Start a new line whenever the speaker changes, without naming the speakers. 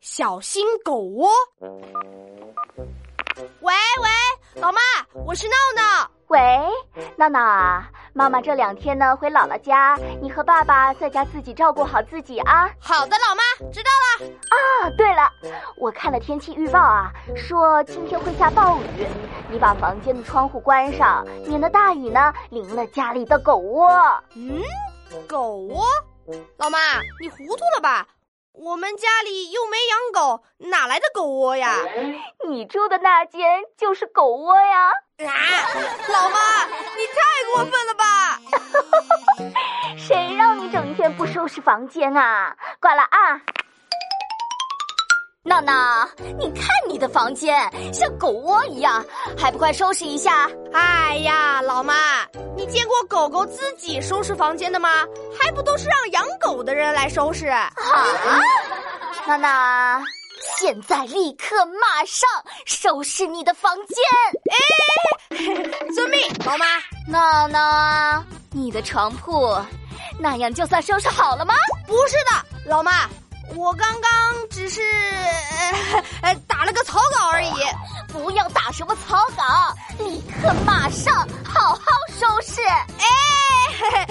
小心狗窝。喂喂，老妈，我是闹闹。
喂，闹闹啊，妈妈这两天呢回姥姥家，你和爸爸在家自己照顾好自己啊。
好的，老妈，知道了。
啊，对了，我看了天气预报啊，说今天会下暴雨，你把房间的窗户关上，免得大雨呢淋了家里的狗窝。
嗯，狗窝，老妈，你糊涂了吧？我们家里又没养狗，哪来的狗窝呀？
你住的那间就是狗窝呀。
啊，老妈，你太过分了吧！
谁让你整天不收拾房间啊？挂了啊！
闹闹，你看你的房间像狗窝一样，还不快收拾一下？
哎呀，老妈，你见过狗狗自己收拾房间的吗？还不都是让养狗的人来收拾？啊！
闹闹，现在立刻马上收拾你的房间！
哎，遵命，老妈。
闹闹啊，你的床铺那样就算收拾好了吗？
不是的，老妈。我刚刚只是呃打了个草稿而已，
不要打什么草 稿，立刻马上好好收拾。
哎，